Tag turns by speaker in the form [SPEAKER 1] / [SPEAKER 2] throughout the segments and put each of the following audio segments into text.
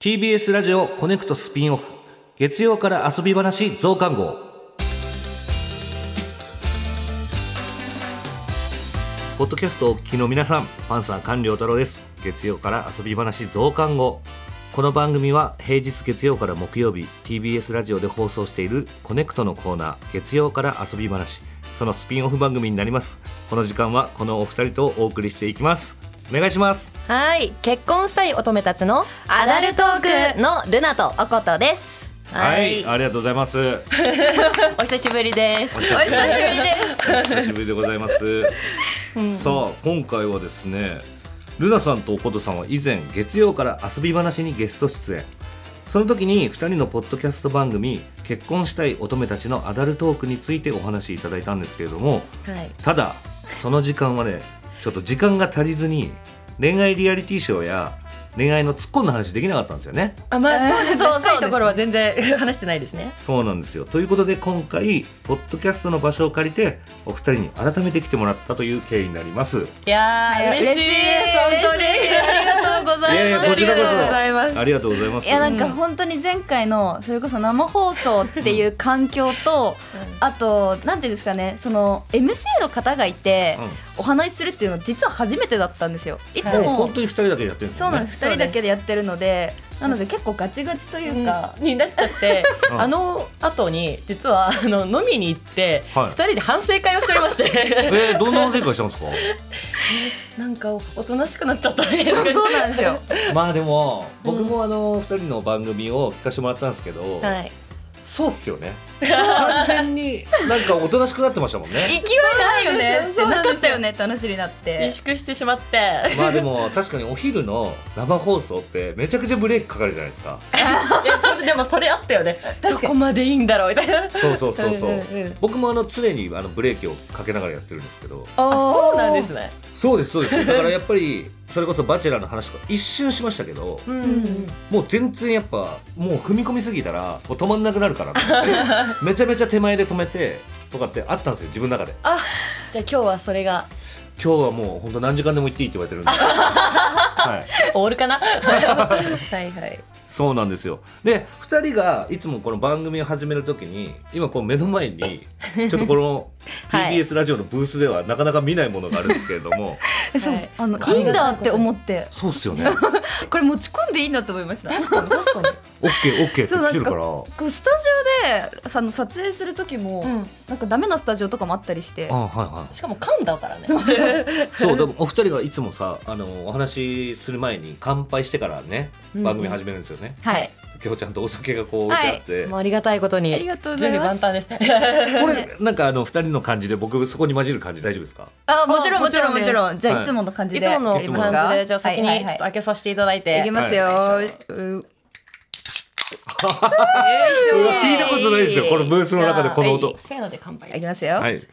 [SPEAKER 1] TBS ラジオコネクトスピンオフ月曜から遊び話増刊号ポッドキャストをお聞きの皆さんパンサー官僚太郎です月曜から遊び話増刊号この番組は平日月曜から木曜日 TBS ラジオで放送しているコネクトのコーナー月曜から遊び話そのスピンオフ番組になりますこの時間はこのお二人とお送りしていきますお願いします
[SPEAKER 2] はい結婚したい乙女たちのアダルトークのルナとおことです
[SPEAKER 1] はい、ありがとうございます。
[SPEAKER 2] お久しぶりです
[SPEAKER 1] お
[SPEAKER 2] お
[SPEAKER 1] 久
[SPEAKER 2] 久
[SPEAKER 1] し
[SPEAKER 2] し
[SPEAKER 1] ぶ
[SPEAKER 2] ぶ
[SPEAKER 1] り
[SPEAKER 2] りです
[SPEAKER 1] 久しぶりでございます。さあ、今回はですね、ルナさんとおことさんは以前月曜から遊び話にゲスト出演。その時に2人のポッドキャスト番組「結婚したい乙女たちのアダルトーク」についてお話しいただいたんですけれども
[SPEAKER 2] はい
[SPEAKER 1] ただその時間はねちょっと時間が足りずに恋愛リアリティショーや恋愛の突っ込んだ話できなかったんですよね。
[SPEAKER 2] あまあそうですそう
[SPEAKER 3] 深
[SPEAKER 2] そ
[SPEAKER 3] いうと
[SPEAKER 2] とこ
[SPEAKER 3] ころ
[SPEAKER 2] ろ
[SPEAKER 3] は全然話してないですね。
[SPEAKER 1] そうなんですよということで今回ポッドキャストの場所を借りてお二人に改めて来てもらったという経緯になります。
[SPEAKER 3] いや
[SPEAKER 2] ー嬉しい
[SPEAKER 3] 本当に
[SPEAKER 2] 嬉しい
[SPEAKER 3] ありがとうございます。
[SPEAKER 1] いやいやこちらこそ
[SPEAKER 3] ありがとうございます。
[SPEAKER 1] ありがとうございます。
[SPEAKER 4] いやなんか本当に前回のそれこそ生放送っていう環境とあとなんていうんですかねその MC の方がいて
[SPEAKER 1] うん
[SPEAKER 4] お話しするっていうの実は初めてだったんですよいつ
[SPEAKER 1] でも
[SPEAKER 4] も
[SPEAKER 1] 本当に二人だけでやってるんです
[SPEAKER 4] そ
[SPEAKER 1] よ
[SPEAKER 4] うなん
[SPEAKER 1] ね
[SPEAKER 4] で。す2人だけでやってるのでなので結構ガチガチというか
[SPEAKER 3] になっちゃって
[SPEAKER 1] うん
[SPEAKER 3] あの後に実はあの飲みに行って
[SPEAKER 1] はい
[SPEAKER 3] 二人で反省会をしておりまして
[SPEAKER 1] えー、どんな反省会したんですか
[SPEAKER 3] なんかおとなしくなっちゃったね
[SPEAKER 4] そうそうなんですよ
[SPEAKER 1] まあでも僕もあの二人の番組を聞かせてもらったんですけど、
[SPEAKER 3] はい
[SPEAKER 1] そうっすよね完全になんかおとなしくなってましたもん
[SPEAKER 4] 勢
[SPEAKER 1] ね
[SPEAKER 4] いないよねって
[SPEAKER 3] そうな
[SPEAKER 4] なん
[SPEAKER 3] ですよ
[SPEAKER 4] かったよねって話になって
[SPEAKER 3] 萎縮してしまって
[SPEAKER 1] まあでも確かにお昼の生放送ってめちゃくちゃブレーキかかるじゃないですか
[SPEAKER 3] いやそれでもそれあったよね
[SPEAKER 4] かに
[SPEAKER 3] どこまでいいんだろうみたい な
[SPEAKER 1] そうそうそうそう
[SPEAKER 3] うんうんうん
[SPEAKER 1] 僕もあの常にあのブレーキをかけながらやってるんですけど
[SPEAKER 3] あそうなんですね
[SPEAKER 1] そうですそうですだからやっぱりそれこそ「バチェラー」の話とか一瞬しましたけど
[SPEAKER 3] うん
[SPEAKER 4] ん
[SPEAKER 1] もう全然やっぱもう踏み込みすぎたらもう止まんなくなるからと思って めちゃめちゃ手前で止めてとかってあったんですよ自分の中で
[SPEAKER 3] あじゃあ今日はそれが
[SPEAKER 1] 今日はもう本当何時間でも行っていいって言われてる んで、はい、
[SPEAKER 3] 終わるかな はいはい
[SPEAKER 1] そうなんですよで2人がいつもこの番組を始めるときに今こう目の前にちょっとこ の
[SPEAKER 3] はい
[SPEAKER 1] TBS ラジオのブースではなかなか見ないものがあるんですけれど も
[SPEAKER 4] えそう
[SPEAKER 3] はい
[SPEAKER 4] あのいいんだって思って
[SPEAKER 1] そうっすよね
[SPEAKER 4] これ持ち込んでいいんだと思いました
[SPEAKER 3] 確かに確かに
[SPEAKER 1] OKOK って
[SPEAKER 4] そうなん
[SPEAKER 1] 来て
[SPEAKER 4] か
[SPEAKER 1] るから
[SPEAKER 4] こうスタジオでその撮影する時も、
[SPEAKER 3] うん
[SPEAKER 4] なんかダメなスタジオとかもあったりして
[SPEAKER 1] あはいはい
[SPEAKER 3] しかも噛んだからね
[SPEAKER 1] そうでもお二人がいつもさあのお話しする前に乾杯してからね
[SPEAKER 3] うん
[SPEAKER 1] 番組始めるんですよね、
[SPEAKER 3] はい
[SPEAKER 1] 今日ちゃんとお酒がこう置いてあって、
[SPEAKER 3] もうありがたいことに
[SPEAKER 4] ありがとうござ
[SPEAKER 3] 準
[SPEAKER 4] い
[SPEAKER 3] 備
[SPEAKER 4] ま
[SPEAKER 3] 万
[SPEAKER 4] す
[SPEAKER 3] 端ですね
[SPEAKER 1] これなんかあの二人の感じで僕そこに混じる感じ大丈夫ですか
[SPEAKER 4] あもちろん
[SPEAKER 3] あ
[SPEAKER 4] もちろん
[SPEAKER 3] も
[SPEAKER 4] も
[SPEAKER 3] ち
[SPEAKER 4] ち
[SPEAKER 3] ろ
[SPEAKER 4] ろんじゃ
[SPEAKER 1] は
[SPEAKER 4] あ
[SPEAKER 1] い
[SPEAKER 4] いつもの感じ
[SPEAKER 3] い
[SPEAKER 4] で
[SPEAKER 3] つもの
[SPEAKER 4] やりますか
[SPEAKER 3] 感じでじゃあ先に
[SPEAKER 4] はい
[SPEAKER 3] ち
[SPEAKER 4] は
[SPEAKER 3] ょっ
[SPEAKER 4] いはい
[SPEAKER 3] と開けさせていただい
[SPEAKER 4] い
[SPEAKER 3] て
[SPEAKER 4] きますよ、
[SPEAKER 1] は
[SPEAKER 4] うう
[SPEAKER 1] うわ聞いたことないですよこのブースの中でこの音
[SPEAKER 3] じゃあせーので乾
[SPEAKER 4] い
[SPEAKER 3] 杯
[SPEAKER 4] きますよ、
[SPEAKER 1] はいせ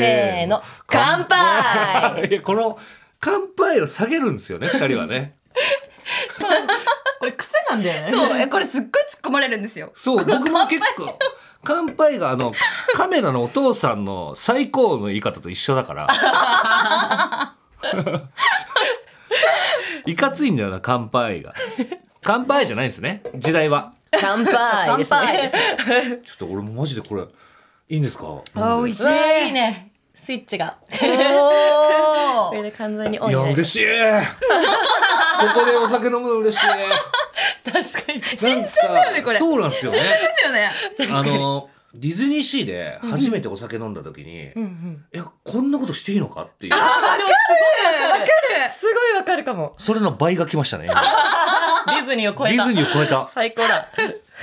[SPEAKER 3] せーの乾 杯
[SPEAKER 1] いやこの乾杯を下げるんですよね二人はね
[SPEAKER 3] これ癖なんだよね
[SPEAKER 4] そうえこれすっごい突っ込まれるんですよ
[SPEAKER 1] そう僕も結構乾杯があのカメラのお父さんの最高の言い方と一緒だから いかついんだよな乾杯が乾杯じゃないんですね時代は
[SPEAKER 3] 乾杯です
[SPEAKER 4] 乾杯
[SPEAKER 3] ね
[SPEAKER 4] です
[SPEAKER 1] ちょっと俺もマジでこれいいんですか
[SPEAKER 4] あ美味
[SPEAKER 1] し
[SPEAKER 4] し
[SPEAKER 3] うわーいい
[SPEAKER 4] い
[SPEAKER 3] ねスイッチが
[SPEAKER 4] お
[SPEAKER 3] これ
[SPEAKER 4] ー
[SPEAKER 3] で完全にオン
[SPEAKER 1] い
[SPEAKER 3] に
[SPEAKER 1] や
[SPEAKER 3] なる
[SPEAKER 1] 嬉し いここでお酒飲むの嬉しい
[SPEAKER 3] 確かに
[SPEAKER 1] 新鮮だよね
[SPEAKER 4] これ
[SPEAKER 1] そうなんですよね
[SPEAKER 4] ですよね
[SPEAKER 1] あのディズニーシーで初めてお酒飲んだ時に、いやこんなことしていいのかっていう
[SPEAKER 3] すごいわかるかも
[SPEAKER 1] それの倍が来ましたね今
[SPEAKER 3] ディズニーを超
[SPEAKER 1] デ
[SPEAKER 3] え
[SPEAKER 1] ィ
[SPEAKER 3] た
[SPEAKER 1] ズニーを超えた
[SPEAKER 3] 最高だ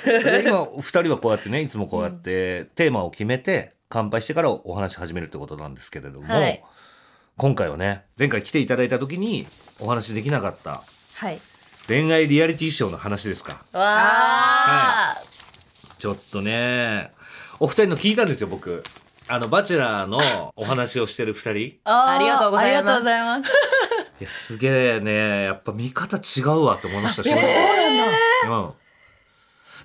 [SPEAKER 1] で今2人はこうやってねいつもこうやって、テーマを決めて乾杯してからお話し始めるってことなんですけれども、
[SPEAKER 3] はい
[SPEAKER 1] 今回はね前回来ていただいた時にお話しできなかった
[SPEAKER 4] はい
[SPEAKER 1] 恋愛リアリティショーの話ですか
[SPEAKER 3] わあ
[SPEAKER 1] ちょっとねお二人の聞いたんですよ僕あのバチェラーのお話をしてる2人、い
[SPEAKER 4] あー
[SPEAKER 3] ありがとうございます
[SPEAKER 4] ありがとうございます
[SPEAKER 1] やすげえねやっぱ見方違うわって思いましたし、うん、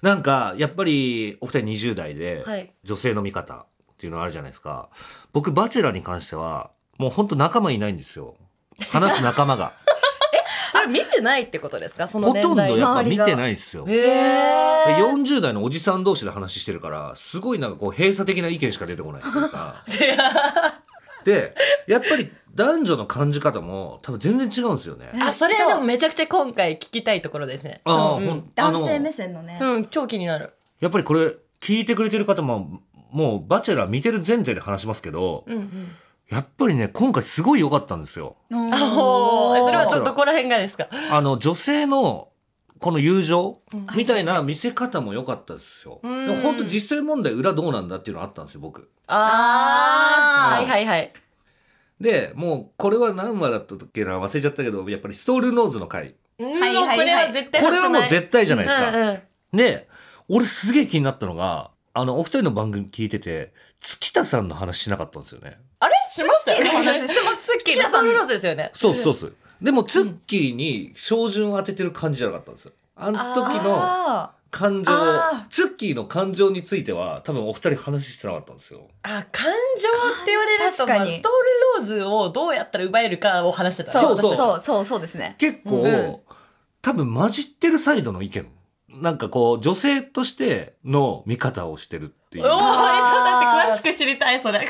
[SPEAKER 1] なんかやっぱりお二人20代で
[SPEAKER 3] はい
[SPEAKER 1] 女性の見方っていうのあるじゃないですか、僕「バチェラー」に関してはもうほんと仲間いないんですよ話す仲間が
[SPEAKER 3] それ見てないって ことですかその
[SPEAKER 1] ほ
[SPEAKER 3] 年
[SPEAKER 1] とんど
[SPEAKER 3] 代
[SPEAKER 1] やっぱ見
[SPEAKER 3] 周りが
[SPEAKER 1] てないんですよ。
[SPEAKER 3] へえ
[SPEAKER 1] 40代のおじさん同士で話してるからすごいなんかこう閉鎖的な意見しか出てこないっていうかでやっぱり男女の感じ方も多分全然違うんですよね。
[SPEAKER 3] あそれでもめちゃくちゃ今回聞きたいところですね
[SPEAKER 1] ああ、
[SPEAKER 3] そう
[SPEAKER 1] ほ
[SPEAKER 3] うん
[SPEAKER 1] んあ
[SPEAKER 4] 男
[SPEAKER 1] の
[SPEAKER 4] 性目線のね
[SPEAKER 3] そううん超気になる
[SPEAKER 1] やっぱりこれ聞いてくれてる方ももう「バチェラー」見てる前提で話しますけど、
[SPEAKER 3] うんうん
[SPEAKER 1] やっぱりね今回すごい良かったんですよ。
[SPEAKER 4] おー
[SPEAKER 3] あおーそれはちょっとどこら辺がですか
[SPEAKER 1] あの女性のこの友情みたいな見せ方も良かったですよ。で
[SPEAKER 3] うん
[SPEAKER 1] も本当実際問題裏どうなんだっていうのあったんですよ僕。
[SPEAKER 3] あ
[SPEAKER 1] あー
[SPEAKER 3] あはいはいはい
[SPEAKER 1] でもうこれは何話だったっけな忘れちゃったけどやっぱりストールノーズの回
[SPEAKER 3] うん
[SPEAKER 4] はいはい
[SPEAKER 3] も
[SPEAKER 4] はい
[SPEAKER 3] うこれは絶対
[SPEAKER 1] これはもう
[SPEAKER 3] 外せ
[SPEAKER 1] 絶対じゃないです
[SPEAKER 3] な
[SPEAKER 1] か。
[SPEAKER 3] いうんうん
[SPEAKER 1] で俺すげえ気になったのがあのお二人の番組聞いてて月田さんの話しなかったんですよね。
[SPEAKER 3] あれしましたよね
[SPEAKER 4] スッキリの話してます
[SPEAKER 3] っきりさんのですよね
[SPEAKER 1] そうっすそうっす。でもツッキーに照準を当ててる感じじゃなかったんですよ。あの時の
[SPEAKER 4] あ
[SPEAKER 1] 感情
[SPEAKER 4] あ
[SPEAKER 1] ツッキーの感情については多分お二人話してなかったんですよ。
[SPEAKER 3] あ感情って言われると
[SPEAKER 4] 確かに
[SPEAKER 3] まあストールローズをどうやったら奪えるかを話してた
[SPEAKER 4] ーそう
[SPEAKER 1] そ
[SPEAKER 4] そううそうそうそうですね
[SPEAKER 1] 結構、
[SPEAKER 3] うん
[SPEAKER 1] 多分混じってるサイドの意見なんかこう女性としての見方をしてるってい
[SPEAKER 3] お
[SPEAKER 1] う
[SPEAKER 3] おえちょっと
[SPEAKER 4] あー
[SPEAKER 3] 待って詳しく知りたいそれ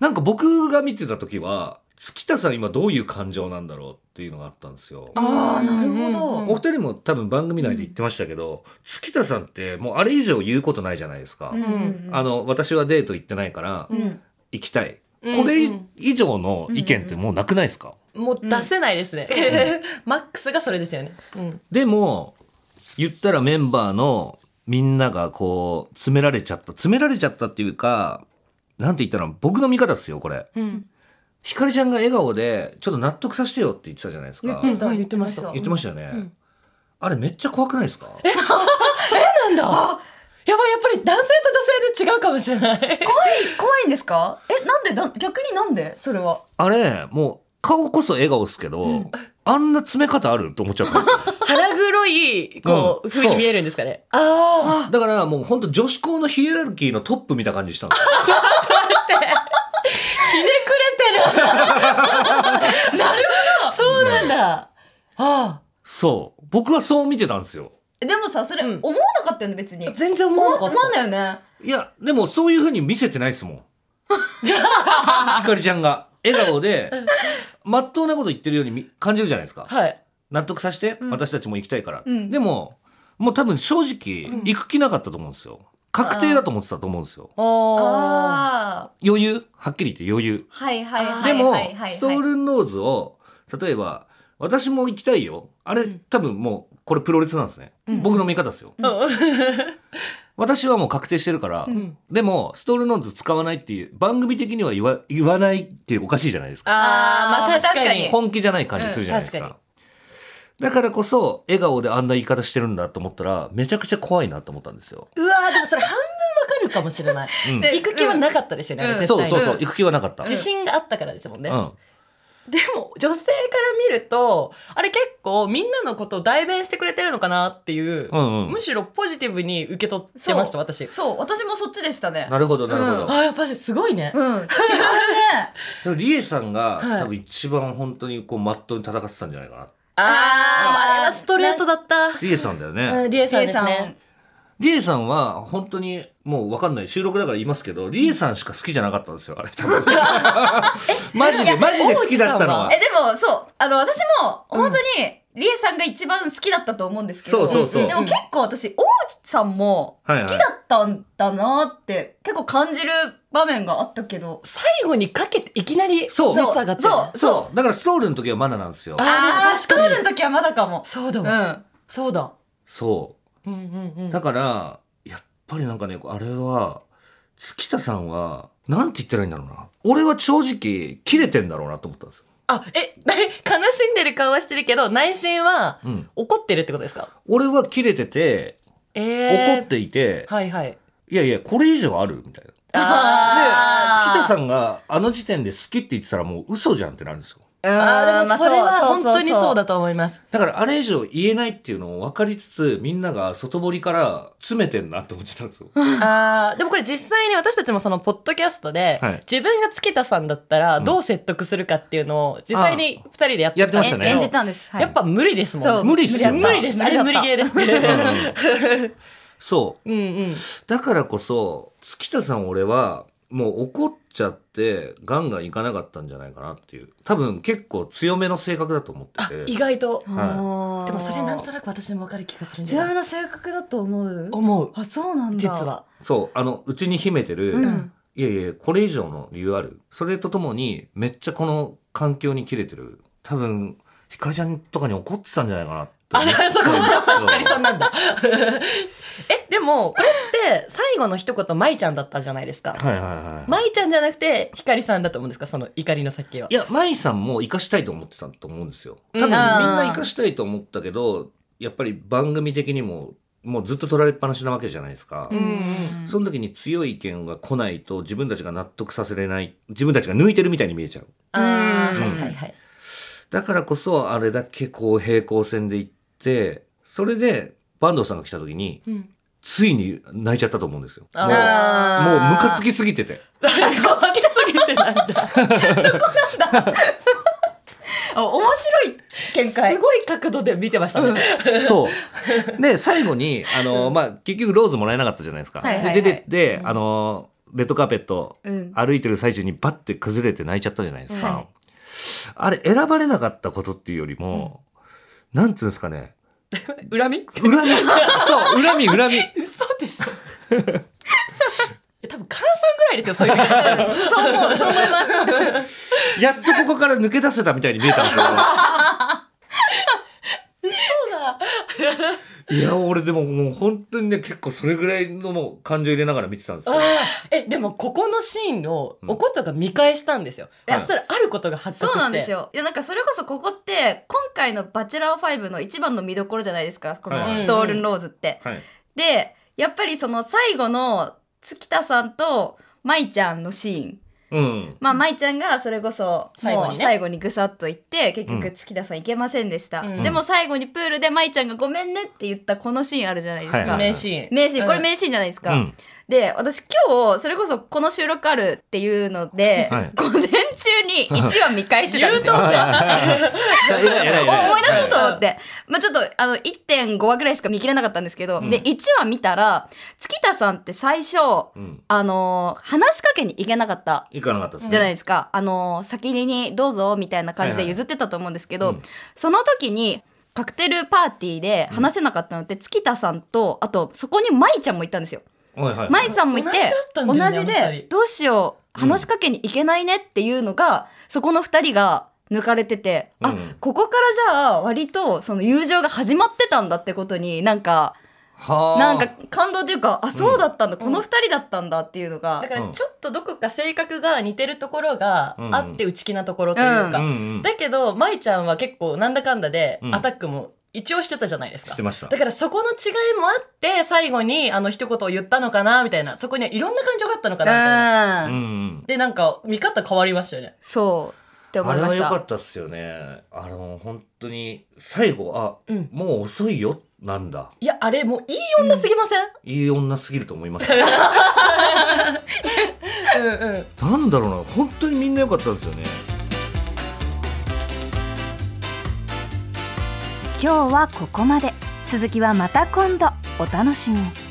[SPEAKER 1] なんか僕が見てた時は月田さん今どういう感情なんだろうっていうのがあったんですよ。
[SPEAKER 4] あーなるほど
[SPEAKER 1] お二人も多分番組内で言ってましたけど、月田さんってもうあれ以上言うことないじゃないですか。
[SPEAKER 3] ん
[SPEAKER 1] あの私はデート行ってないから
[SPEAKER 4] うん
[SPEAKER 1] 行きたい、
[SPEAKER 3] うん
[SPEAKER 1] これ
[SPEAKER 3] う
[SPEAKER 1] い
[SPEAKER 3] ん
[SPEAKER 1] 以上の意見ってもうなくないですか、
[SPEAKER 3] もう出せないですね、 マックスがそれですよね、うん、
[SPEAKER 1] でも言ったらメンバーのみんながこう詰められちゃった詰められちゃったっていうかなんて言ったら僕の見方っすよこれ、ひかりちゃんが笑顔でちょっと納得させてよって言ってたじゃないですか
[SPEAKER 3] 言ってた言ってました
[SPEAKER 1] 言ってましたよね、あれめっちゃ怖くないですか
[SPEAKER 3] なんだやばいやっぱり男性と女性で違うかもしれない
[SPEAKER 4] 怖い怖いんですかえなんでだ逆になんでそれは
[SPEAKER 1] あれもう顔こそ笑顔っすけど、あんな詰め方あると思っちゃったんですよ
[SPEAKER 3] 腹黒いこう、
[SPEAKER 1] うん
[SPEAKER 3] 風に見えるんですかね あ
[SPEAKER 1] だからもうほんと女子校のヒエラルキーのトップみたいな感じしたんです よ
[SPEAKER 3] あひねくれてる なるほどそうなんだ、あ
[SPEAKER 1] そう僕はそう見てたんですよ
[SPEAKER 4] でもさそれ
[SPEAKER 3] うん
[SPEAKER 4] 思わなかったよね別に
[SPEAKER 3] あ全然思わなかっ
[SPEAKER 4] 思わないよね
[SPEAKER 1] いや、でもそういうふうに見せてないですも ん。ひかりちゃんが笑顔で、まっとうなこと言ってるようにみ感じるじゃないですか
[SPEAKER 3] た。はい
[SPEAKER 1] 納得させて、私たちも行きたいから。
[SPEAKER 4] うん
[SPEAKER 1] でも、もう多分正直、行く気なかったと思うんですよ。確定だと思ってたと思うんですよ。
[SPEAKER 3] ああ
[SPEAKER 4] ああ
[SPEAKER 1] 余裕はっきり言って余裕。
[SPEAKER 4] はいはいは
[SPEAKER 1] で
[SPEAKER 4] い
[SPEAKER 1] も、
[SPEAKER 4] はいはい
[SPEAKER 1] ストールノーズを、例えば、私も行きたいよ。あれ、多分もう、これプロレスなんですね。僕の見方ですよ。私はもう確定してるから、
[SPEAKER 3] ん
[SPEAKER 1] でもストールノーズ使わないっていう番組的には言わ言わないっておかしいじゃないですか
[SPEAKER 3] あーまあ確かに
[SPEAKER 1] 本気じゃない感じするじゃないですか,、
[SPEAKER 3] うん確
[SPEAKER 1] だからこそ笑顔であんな言い方してるんだと思ったらめちゃくちゃ怖いなと思ったんですよ、
[SPEAKER 3] うわーでもそれ半分わかるかもしれない、
[SPEAKER 1] うん
[SPEAKER 3] で行く気はなかったですよね、
[SPEAKER 4] うん
[SPEAKER 3] あれ絶対
[SPEAKER 1] そう
[SPEAKER 3] に
[SPEAKER 1] そうそう行く気はなかった、
[SPEAKER 3] 自信があったからですもんね、
[SPEAKER 1] うん
[SPEAKER 3] でも女性から見るとあれ結構みんなのことを代弁してくれてるのかなっていう、
[SPEAKER 1] うんうん
[SPEAKER 3] むしろポジティブに受け取ってました私
[SPEAKER 4] そう私もそっちでしたね
[SPEAKER 1] なるほどなるほど、
[SPEAKER 3] あやっぱりすごいね、
[SPEAKER 4] うん違う ね
[SPEAKER 1] でもリエさんが、
[SPEAKER 3] はい
[SPEAKER 1] 多分一番本当にこうまっとうに戦ってたんじゃないかな
[SPEAKER 3] あーあれはストレートだった
[SPEAKER 1] リエさんだよね、
[SPEAKER 3] うんリエさん
[SPEAKER 4] リエ
[SPEAKER 3] です
[SPEAKER 4] さん
[SPEAKER 3] ね
[SPEAKER 1] リエさんは本当にもう分かんない収録だから言いますけどリエさんしか好きじゃなかったんですよあれ 多分マジ
[SPEAKER 4] い
[SPEAKER 1] で
[SPEAKER 4] や
[SPEAKER 1] マジで好きだったのは
[SPEAKER 3] 王子
[SPEAKER 4] えでもそうあの私も本当に、リエさんが一番好きだったと思うんですけど
[SPEAKER 1] そうそうそう
[SPEAKER 4] でも結構私王子さんも好きだったんだなって結構感じる場面があったけど
[SPEAKER 3] 最後にかけていきなり
[SPEAKER 1] そう
[SPEAKER 3] 熱上がって
[SPEAKER 4] そう
[SPEAKER 1] そうだからストールの時はまだなんですよ
[SPEAKER 3] あー
[SPEAKER 4] ース
[SPEAKER 3] 確
[SPEAKER 4] ト
[SPEAKER 3] かに
[SPEAKER 4] ールの時はまだかも
[SPEAKER 3] そうだ
[SPEAKER 4] う
[SPEAKER 3] わ、
[SPEAKER 4] ん
[SPEAKER 3] そうだ
[SPEAKER 1] そ
[SPEAKER 3] うんうんう
[SPEAKER 1] うんだからやっぱりなんかねあれは月田さんはなんて言ったらいいんだろうな俺は正直切れてんだろうなと思ったんですよ、
[SPEAKER 3] あえ 悲しんでる顔はしてるけど内心は
[SPEAKER 1] うん、
[SPEAKER 3] 怒ってるってことですか
[SPEAKER 1] 俺は切れてて怒
[SPEAKER 3] え
[SPEAKER 1] っていて、
[SPEAKER 3] はいはい
[SPEAKER 1] いやいやこれ以上あるみたいなで
[SPEAKER 3] あ
[SPEAKER 1] 月田さんがあの時点で好きって言ってたらもう嘘じゃんってなるんですよ
[SPEAKER 3] あーで
[SPEAKER 4] ま
[SPEAKER 3] も
[SPEAKER 4] あ
[SPEAKER 3] それは本
[SPEAKER 4] う
[SPEAKER 3] 当にそう
[SPEAKER 4] だ
[SPEAKER 3] だと思います。
[SPEAKER 1] だからあれ以上言えないっていうのを分かりつつみんなが外堀から詰めてんなって思っちゃったんですよ。
[SPEAKER 3] あーでもこれ実際に私たちもそのポッドキャストで、
[SPEAKER 1] はい
[SPEAKER 3] 自分が月田さんだったらどう説得するかっていうのを実際に2人でやって
[SPEAKER 1] やってましたね
[SPEAKER 4] え演じ
[SPEAKER 3] たんですけど
[SPEAKER 4] たんです、はい、
[SPEAKER 3] やっぱ無理ですもん
[SPEAKER 4] そう
[SPEAKER 3] ね
[SPEAKER 1] 無理っすよね
[SPEAKER 3] 無理ですあれ無理ゲー
[SPEAKER 1] ん
[SPEAKER 3] です
[SPEAKER 1] そう
[SPEAKER 3] うんうん
[SPEAKER 1] だからこそ月田さん俺はもう怒っちゃってガンガンいかなかったんじゃないかなっていう多分結構強めの性格だと思って
[SPEAKER 3] 意
[SPEAKER 1] て
[SPEAKER 3] 外と
[SPEAKER 1] は
[SPEAKER 3] でもそれなんと
[SPEAKER 4] な
[SPEAKER 3] なく私も分かる気がするん
[SPEAKER 4] く
[SPEAKER 3] じゃ
[SPEAKER 4] 強
[SPEAKER 3] ない
[SPEAKER 4] めな性格だと思う
[SPEAKER 3] 思う
[SPEAKER 4] あそうなんだ
[SPEAKER 3] 実は
[SPEAKER 1] そうあのうちに秘めてる、
[SPEAKER 4] うん
[SPEAKER 1] いやいやこれ以上の理由あるそれとともにめっちゃこの環境に切れてる多分ひかりちゃんとかに怒ってたんじゃないかなって
[SPEAKER 3] あ
[SPEAKER 1] 思
[SPEAKER 3] そこ
[SPEAKER 1] っ
[SPEAKER 3] あ
[SPEAKER 1] たん
[SPEAKER 3] り
[SPEAKER 1] です
[SPEAKER 3] さ
[SPEAKER 1] よ
[SPEAKER 3] んなんだえでもこれって最後の一言舞ちゃんだったじゃないですか
[SPEAKER 1] はいはいはい、
[SPEAKER 3] 舞ちゃんじゃなくてひかりさんだと思うんですかその怒りの先はい
[SPEAKER 1] や舞さんも生かしたいと思ってたと思うんですよ多分
[SPEAKER 3] う
[SPEAKER 1] み
[SPEAKER 3] ん
[SPEAKER 1] んな生かしたいと思ったけどやっぱり番組的にももうずっと取られっぱなしなわけじゃないですか、
[SPEAKER 3] うんうん
[SPEAKER 1] その時に強い意見が来ないと自分たちが納得させれない自分たちが抜いてるみたいに見えちゃう
[SPEAKER 3] あーはいはいはい
[SPEAKER 1] だからこそあれだけこう平行線で行ってそれで坂東さんが来た時に
[SPEAKER 3] うん
[SPEAKER 1] ついに泣いちゃったと思うんですよもうもうム
[SPEAKER 3] あ
[SPEAKER 2] ー
[SPEAKER 1] カつきすぎて て
[SPEAKER 3] そこ負けすぎてなんだす
[SPEAKER 4] あ面白い見解
[SPEAKER 3] ごい角度で見てましたね、
[SPEAKER 1] そうで最後にあの、まあ、結局ローズもらえなかったじゃないですか、
[SPEAKER 4] はいはいはい
[SPEAKER 1] で出てってあのレッドカーペット
[SPEAKER 4] うん
[SPEAKER 1] 歩いてる最中にバッて崩れて泣いちゃったじゃないですか、
[SPEAKER 4] はい
[SPEAKER 1] あれ選ばれなかったことっていうよりも、なんつうんですかね
[SPEAKER 3] 恨み
[SPEAKER 1] 恨みそう恨み恨み
[SPEAKER 3] 嘘でしょえ多分換算ぐらいですよそういう意味で
[SPEAKER 4] そう思うそう思います
[SPEAKER 1] やっとここから抜け出せたみたいに見えたんですよいや俺でももう本当にね結構それぐらいのもう感情入れながら見てたんですよ
[SPEAKER 3] あーえでもここのシーンを
[SPEAKER 1] うん
[SPEAKER 3] おことが見返したんですよ、
[SPEAKER 1] はい
[SPEAKER 3] そしたらあることが発覚して
[SPEAKER 4] そうなんですよ。いや、なんかそれこそここって、今回のバチェラー5の一番の見どころじゃないですか、この
[SPEAKER 1] はい
[SPEAKER 4] ストールンローズって。
[SPEAKER 1] はい
[SPEAKER 4] で、やっぱりその最後の月田さんと舞ちゃんのシーン。
[SPEAKER 1] うん
[SPEAKER 4] まあ、舞ちゃんがそれこそ、
[SPEAKER 3] 最後に
[SPEAKER 4] も
[SPEAKER 3] ね
[SPEAKER 4] う最後にぐさっと行って、結
[SPEAKER 1] う
[SPEAKER 4] 局
[SPEAKER 1] ん
[SPEAKER 4] 月田さん行けませんでした。
[SPEAKER 3] うん
[SPEAKER 4] でも最後にプールで舞ちゃんがごめんねって言ったこのシーンあるじゃないですか。
[SPEAKER 1] はいはい
[SPEAKER 3] 名シーン
[SPEAKER 4] 名シーン、これ
[SPEAKER 3] うん
[SPEAKER 4] 名シーンじゃないです
[SPEAKER 1] う
[SPEAKER 4] か。
[SPEAKER 1] ん
[SPEAKER 4] で私今日それこそこの収録あるっていうので、
[SPEAKER 1] はい
[SPEAKER 4] 午前中に1話見返してたんですよ。
[SPEAKER 1] はいはいはいじゃあ偉い偉い偉い
[SPEAKER 4] お 思い出そうと
[SPEAKER 1] は
[SPEAKER 4] 思って、まあ、ちょっとあの1.5話ぐらいしか見切れなかったんですけど、
[SPEAKER 1] うん
[SPEAKER 4] で1話見たら月田さんって最初、
[SPEAKER 1] いうん
[SPEAKER 4] あのー話しかけに行けなかった
[SPEAKER 1] いかなかったですね
[SPEAKER 4] じゃないですか、あのー先にどうぞみたいな感じ
[SPEAKER 1] はい
[SPEAKER 4] で
[SPEAKER 1] はい
[SPEAKER 4] 譲ってたと思うんですけど、
[SPEAKER 1] うん
[SPEAKER 4] その時にカクテルパーティーで話せなかったのって、月田さんとあとそこに舞ちゃんもいたんですよ。
[SPEAKER 1] はいはい
[SPEAKER 4] 舞さんもいて
[SPEAKER 3] 同じだったんだよね
[SPEAKER 4] 同じ
[SPEAKER 3] あの二
[SPEAKER 4] で
[SPEAKER 3] 人
[SPEAKER 4] どうしよう
[SPEAKER 1] うん
[SPEAKER 4] 話しかけに行けないねっていうのが、そこの2人が抜かれてて、
[SPEAKER 1] う
[SPEAKER 4] あ
[SPEAKER 1] ん
[SPEAKER 4] ここからじゃあ割とその友情が始まってたんだってことになんか
[SPEAKER 1] はあ
[SPEAKER 4] なんか感動というかあそうだったんだ、この2人だったんだっていうのが
[SPEAKER 3] だからちょっとどこか性格が似てるところが
[SPEAKER 1] うん
[SPEAKER 3] あって内気なところというか、
[SPEAKER 1] うんうん
[SPEAKER 3] だけど舞ちゃんは結構なんだかんだで
[SPEAKER 1] うん
[SPEAKER 3] アタックも一応してたじゃないですか、
[SPEAKER 1] してました
[SPEAKER 3] だからそこの違いもあって最後にあの一言を言ったのかなみたいなそこにはいろんな感情があったのかなみたいな
[SPEAKER 1] うん
[SPEAKER 4] うん
[SPEAKER 1] うん
[SPEAKER 3] でなんか見方変わりましたよね
[SPEAKER 4] そうって思
[SPEAKER 1] あ
[SPEAKER 4] い
[SPEAKER 1] れ
[SPEAKER 4] ま
[SPEAKER 1] は
[SPEAKER 4] し
[SPEAKER 1] 良か
[SPEAKER 4] た
[SPEAKER 1] ったっすよねあの本当に最後あ、
[SPEAKER 3] うん
[SPEAKER 1] もう遅いよなんだ
[SPEAKER 3] いやあれもういい女すぎません、
[SPEAKER 1] いい女すぎると思いました
[SPEAKER 3] うんうん
[SPEAKER 1] なんだろうな本当にみんな良かったんですよね
[SPEAKER 5] 今日はここまで続きはまた今度お楽しみに